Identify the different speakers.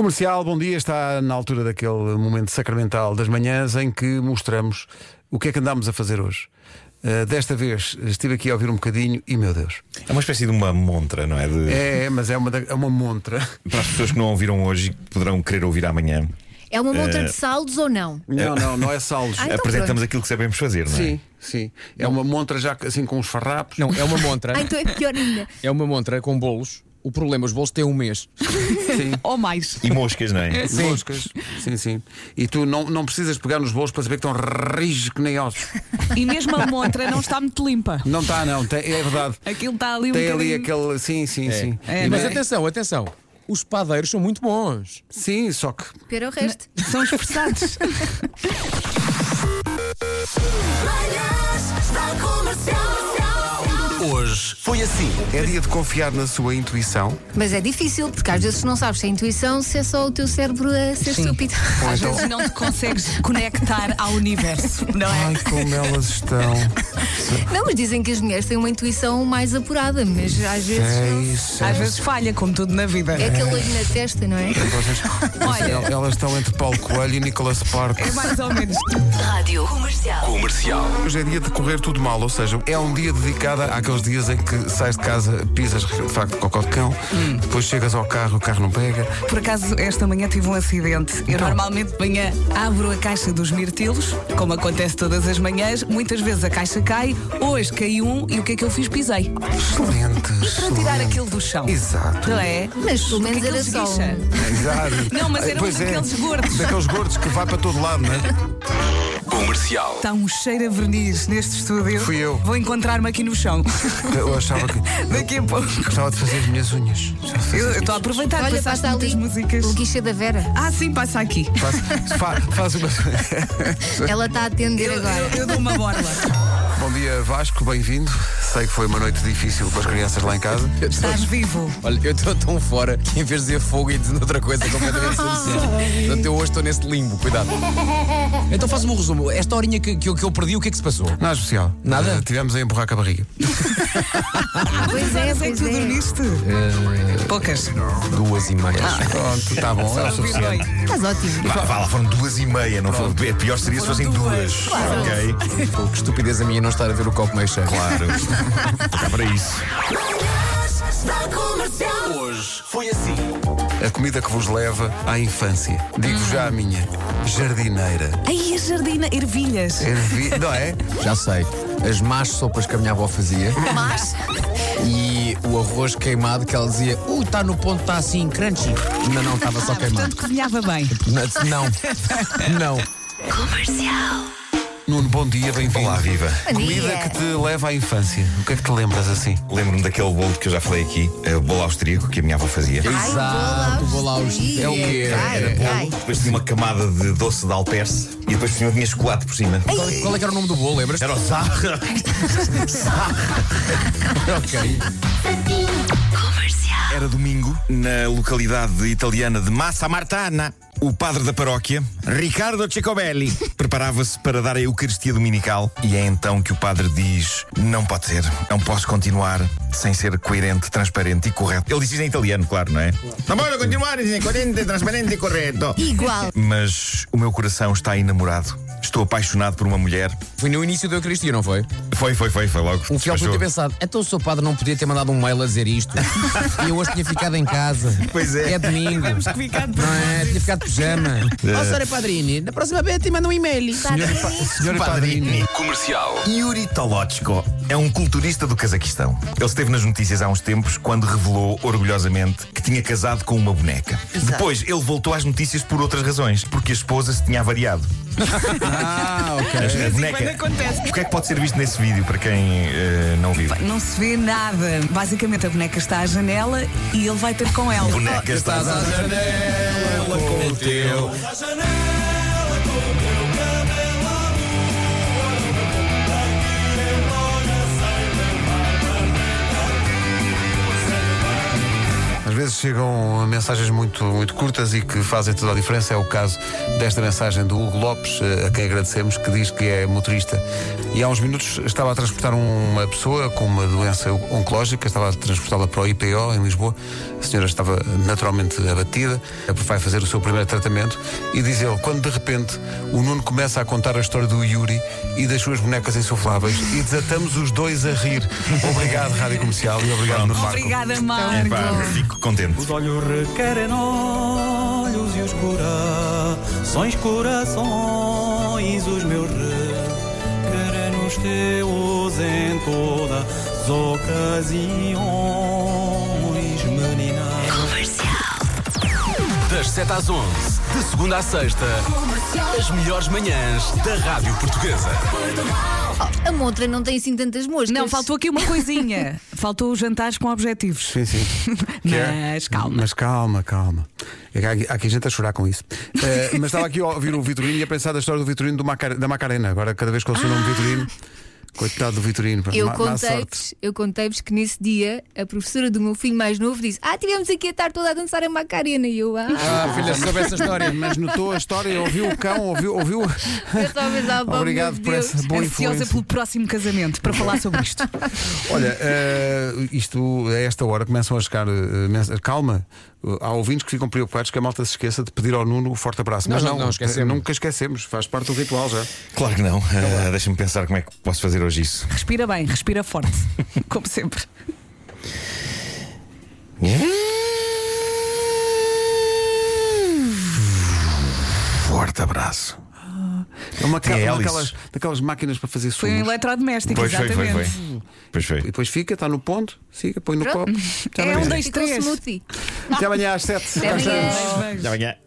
Speaker 1: Comercial, bom dia. Está na altura daquele momento sacramental das manhãs em que mostramos o que é que andámos a fazer hoje. Uh, desta vez estive aqui a ouvir um bocadinho e, meu Deus,
Speaker 2: É uma espécie de uma montra, não é? De-
Speaker 1: é, é, mas é uma, da- é uma montra.
Speaker 2: Para as pessoas que não ouviram hoje e que poderão querer ouvir amanhã,
Speaker 3: É uma montra
Speaker 2: Eh,
Speaker 3: de saldos ou não?
Speaker 1: Não, não, não é saldos.
Speaker 3: Ai, Então
Speaker 2: apresentamos
Speaker 3: pronto.
Speaker 2: aquilo que sabemos fazer, não é?
Speaker 1: Sim, sim. É uma montra já assim com uns farrapos.
Speaker 4: Não, é uma montra.
Speaker 3: Ah, então é pior ainda.
Speaker 4: é uma montra com bolos. O problema, os bolos têm um mês.
Speaker 1: Sim.
Speaker 5: Ou mais.
Speaker 2: E moscas, não é?
Speaker 1: Sim. Moscas. Sim, sim. E tu não, não precisas pegar nos bolos para saber que estão rijos que nem ossos.
Speaker 5: E mesmo a montra não está muito limpa.
Speaker 1: Não está, não. Tem- é verdade.
Speaker 5: Aquilo está ali um
Speaker 1: Tem ali
Speaker 5: bocadinho.
Speaker 1: aquele. Sim, sim, sim.
Speaker 5: É,
Speaker 1: E
Speaker 4: Mas
Speaker 1: bem-
Speaker 4: atenção, atenção. Os padeiros são muito bons.
Speaker 1: Sim, só que
Speaker 3: Pior é o resto.
Speaker 5: São esforçados.
Speaker 6: Hoje foi assim. É dia de confiar na sua intuição.
Speaker 3: Mas é difícil, porque às vezes não sabes se é intuição, se é só o teu cérebro a ser estúpido.
Speaker 5: Às vezes não te consegues conectar ao universo, não é?
Speaker 6: Ai, como elas estão.
Speaker 3: Não, mas dizem que as mulheres têm uma intuição mais apurada, mas às vezes.
Speaker 6: É
Speaker 3: não.
Speaker 6: isso.
Speaker 5: Às vezes falha, como tudo na vida.
Speaker 3: É aquele olho na testa, não é?
Speaker 6: Vocês-
Speaker 5: Olha,
Speaker 6: El- Elas estão entre Paulo Coelho e Nicolas
Speaker 5: é
Speaker 6: Sparks.
Speaker 5: mais ou menos.
Speaker 6: Hoje é dia de correr tudo mal, ou seja, é um dia dedicado àqueles dias em que sais de casa, pisas de facto cocó de cão,
Speaker 5: Hum.
Speaker 6: depois chegas ao carro, o carro não pega.
Speaker 5: Por acaso, esta manhã tive um acidente. Eu normalmente de manhã abro a caixa dos mirtilos, como acontece todas as manhãs. Muitas vezes a caixa cai. Hoje caiu um e o que é que eu fiz? Pisei.
Speaker 6: Excelente.
Speaker 5: Para tirar
Speaker 6: excelente.
Speaker 5: aquilo do chão.
Speaker 6: Exato.
Speaker 5: Não é?
Speaker 3: Mas pelo menos
Speaker 5: Porque
Speaker 3: era
Speaker 5: aquilo
Speaker 3: só.
Speaker 5: esguicha.
Speaker 3: um.
Speaker 6: Exato.
Speaker 5: Não, mas era um
Speaker 6: Pois é,
Speaker 5: daqueles gordos.
Speaker 6: Daqueles gordos que vai para todo lado, não é?
Speaker 5: Está um cheiro a verniz neste estúdio.
Speaker 6: Fui eu.
Speaker 5: Vou encontrar-me aqui no chão.
Speaker 6: Eu achava que.
Speaker 5: Daqui a pouco.
Speaker 6: Gostava de fazer as minhas unhas. Gostava de fazer
Speaker 5: Eu
Speaker 6: as
Speaker 5: eu estou a aproveitar
Speaker 3: Olha,
Speaker 5: passaste
Speaker 3: passa
Speaker 5: muitas
Speaker 3: ali
Speaker 5: músicas.
Speaker 3: o guichê da Vera.
Speaker 5: Ah, sim, passa aqui.
Speaker 6: Faz, fa- faz uma.
Speaker 3: Ela está a atender
Speaker 5: Eu, eu,
Speaker 3: agora.
Speaker 5: eu dou uma borla.
Speaker 6: Bom dia, Vasco, bem-vindo. Sei que foi uma noite difícil para as crianças lá em casa.
Speaker 5: Estás vivo.
Speaker 4: Olha, eu estou tão fora que em vez de dizer fogo e dizer outra coisa completamente insuficiente. Portanto, eu hoje estou nesse limbo, cuidado. Então faz-me um resumo. Esta horinha que, que eu, que eu perdi, o que é que se passou?
Speaker 6: Nada especial.
Speaker 4: Nada?
Speaker 6: Eh, tivemos a empurrar com a barriga.
Speaker 3: Pois é,
Speaker 5: Mas é que
Speaker 3: pois
Speaker 5: tu
Speaker 3: é.
Speaker 5: dormiste? Poucas.
Speaker 4: Duas e meia.
Speaker 6: Pronto,
Speaker 4: tá
Speaker 6: está bom, é o
Speaker 5: Ouvi bem.
Speaker 6: suficiente.
Speaker 3: Estás ótimo.
Speaker 2: Vá, vá lá, foram duas e meia, não foi? É Pior seria se fossem duas. Ok?
Speaker 4: Pô, que estupidez a minha não estar a ver o copo meio cheio.
Speaker 2: Claro. Estou cá para isso.
Speaker 6: A comida que vos leva à infância. Digo
Speaker 3: Hum.
Speaker 6: já a minha. Jardineira.
Speaker 5: Aí a jardina, ervilhas.
Speaker 6: Ervi... Não é?
Speaker 4: Já sei. As más sopas que a minha avó fazia.
Speaker 3: Mas,
Speaker 4: E o arroz queimado que ela dizia, uh, está no ponto, está assim, crunchy. Não, não, estava só queimado.
Speaker 5: Portanto, cozinhava bem.
Speaker 4: Não, não.
Speaker 6: Nuno, bom dia, bem-vindo.
Speaker 2: Olá, viva.
Speaker 3: Bom dia.
Speaker 6: Comida que te leva à infância. O que é que te lembras assim?
Speaker 2: Lembro-me daquele bolo que eu já falei aqui, eh, o bolo austríaco que a minha avó fazia.
Speaker 3: Ai,
Speaker 4: Exato,
Speaker 3: vou
Speaker 4: vou lá
Speaker 3: lá
Speaker 4: aos- É um- o quê?
Speaker 3: Ai,
Speaker 4: Era
Speaker 3: ai.
Speaker 2: Depois tinha uma camada de doce de alperce e depois tinha, tinha chocolate por cima.
Speaker 4: Qual, qual é que era o nome do bolo, lembras?
Speaker 2: Era o Zarra.
Speaker 4: ok.
Speaker 2: Era domingo, na localidade italiana de Massa Martana. O padre da paróquia, Ricardo Cicobelli, preparava-se para dar a Eucaristia Dominical. E é então que o padre diz: Não pode ser, não posso continuar sem ser coerente, transparente e correto. Ele diz isso em italiano, claro, não é? Não posso continuar sem coerente, transparente e correto.
Speaker 3: Igual.
Speaker 2: Mas o meu coração está enamorado. Estou apaixonado por uma mulher.
Speaker 4: Foi no início da Eucaristia, não foi?
Speaker 2: Foi, foi, foi, foi logo.
Speaker 4: O Um fiel podia
Speaker 2: Despachou.
Speaker 4: ter pensado, então o seu padre não podia ter mandado um mail a dizer isto. e eu hoje tinha ficado em casa.
Speaker 2: Pois é.
Speaker 4: É domingo. Não é? Tinha ficado de pijama. Ó, senhora Padrini, na próxima vez te manda um e-mail.
Speaker 3: tá.
Speaker 6: Senhora Padrini.
Speaker 2: Yuri Tolochko é um culturista do Cazaquistão. Ele esteve nas notícias há uns tempos quando revelou orgulhosamente que tinha casado com uma boneca. Depois ele voltou às notícias por outras razões, porque a esposa se tinha avariado.
Speaker 4: Ah, ok.
Speaker 2: A
Speaker 5: quando acontece.
Speaker 2: O que é que pode ser visto nesse vídeo para quem eh, não viu?
Speaker 5: Não se vê nada. Basicamente, a boneca está à janela e ele vai ter com ela.
Speaker 2: Boneca está
Speaker 4: Estás à janela com o teu.
Speaker 6: Às
Speaker 1: vezes chegam mensagens muito, muito curtas e que fazem toda a diferença. É o caso desta mensagem do Hugo Lopes, eh, a quem agradecemos, que diz que é motorista. E há uns minutos estava a transportar um, uma pessoa com uma doença oncológica, estava a transportá-la para o IPO em Lisboa. A senhora estava naturalmente abatida, vai fazer o seu primeiro tratamento. E diz ele, quando de repente o Nuno começa a contar a história do Yuri e das suas bonecas insufláveis e desatamos os dois a rir. Obrigado, Rádio Comercial, e obrigado, Nuno Marco.
Speaker 5: Oh, Obrigada, Marco.
Speaker 2: Epá, fico contente.
Speaker 7: Os olhos requerem olhos e os corações, corações, os meus requerem os teus em todas as ocasiões, meninas.
Speaker 8: Das 7 às 11, de segunda à sexta, as melhores manhãs da Rádio Portuguesa.
Speaker 3: A montra não tem assim tantas moscas.
Speaker 5: Não, faltou aqui uma coisinha. faltou os jantares com objetivos.
Speaker 1: Sim, sim.
Speaker 5: Mas calma.
Speaker 1: é? Mas calma, calma. É que Há aqui, há aqui gente a chorar com isso. Eh, mas estava aqui a ouvir o Vitorino e a pensar da história do Vitorino do Macar- da Macarena. Agora, cada vez que eu sou o
Speaker 5: Ah!
Speaker 1: nome Vitorino, coitado do Vitorino. pá,
Speaker 3: Eu
Speaker 1: má- má sorte.
Speaker 3: contei-vos eu contei que nesse dia a professora do meu filho mais novo disse: Ah, tivemos aqui a tarde toda a dançar a Macarena. E eu, ah,
Speaker 4: Ah, filha, soube essa história.
Speaker 1: Mas notou a história, ouviu o cão, ouviu. ouviu...
Speaker 3: eu só pensava, "Oh,
Speaker 1: Obrigado
Speaker 3: meu
Speaker 1: por
Speaker 3: Deus."
Speaker 1: essa boa
Speaker 5: Ansiosa
Speaker 1: influência.
Speaker 5: pelo próximo casamento para falar sobre isto.
Speaker 1: Olha, eh, isto a esta hora começam a chegar. eh, mensa- calma, eh, há ouvintes que ficam preocupados que a malta se esqueça de pedir ao Nuno o forte abraço.
Speaker 4: Nós
Speaker 1: Mas
Speaker 4: não-
Speaker 1: não,
Speaker 4: não esquecemos.
Speaker 1: nunca esquecemos, faz parte do ritual já.
Speaker 2: Claro que não. Ah, Deixa-me pensar como é que posso fazer hoje isso.
Speaker 5: Respira bem, respira forte. Como sempre.
Speaker 2: Forte abraço.
Speaker 1: É uma, ca-
Speaker 2: É
Speaker 1: uma
Speaker 2: hélice.
Speaker 1: daquelas, daquelas máquinas para fazer
Speaker 5: Foi um
Speaker 1: sumos.
Speaker 5: eletrodoméstico,
Speaker 2: Pois foi,
Speaker 5: exatamente.
Speaker 2: foi, foi. Pois foi.
Speaker 1: E depois fica, está no ponto, siga, põe no copo.
Speaker 3: Pronto.
Speaker 1: Até
Speaker 5: É um
Speaker 1: amanhã.
Speaker 5: dois,
Speaker 3: Ficou
Speaker 5: três.
Speaker 3: smoothie.
Speaker 1: Até amanhã às sete.
Speaker 3: Até amanhã.
Speaker 5: Beijo, beijo.
Speaker 2: Até amanhã.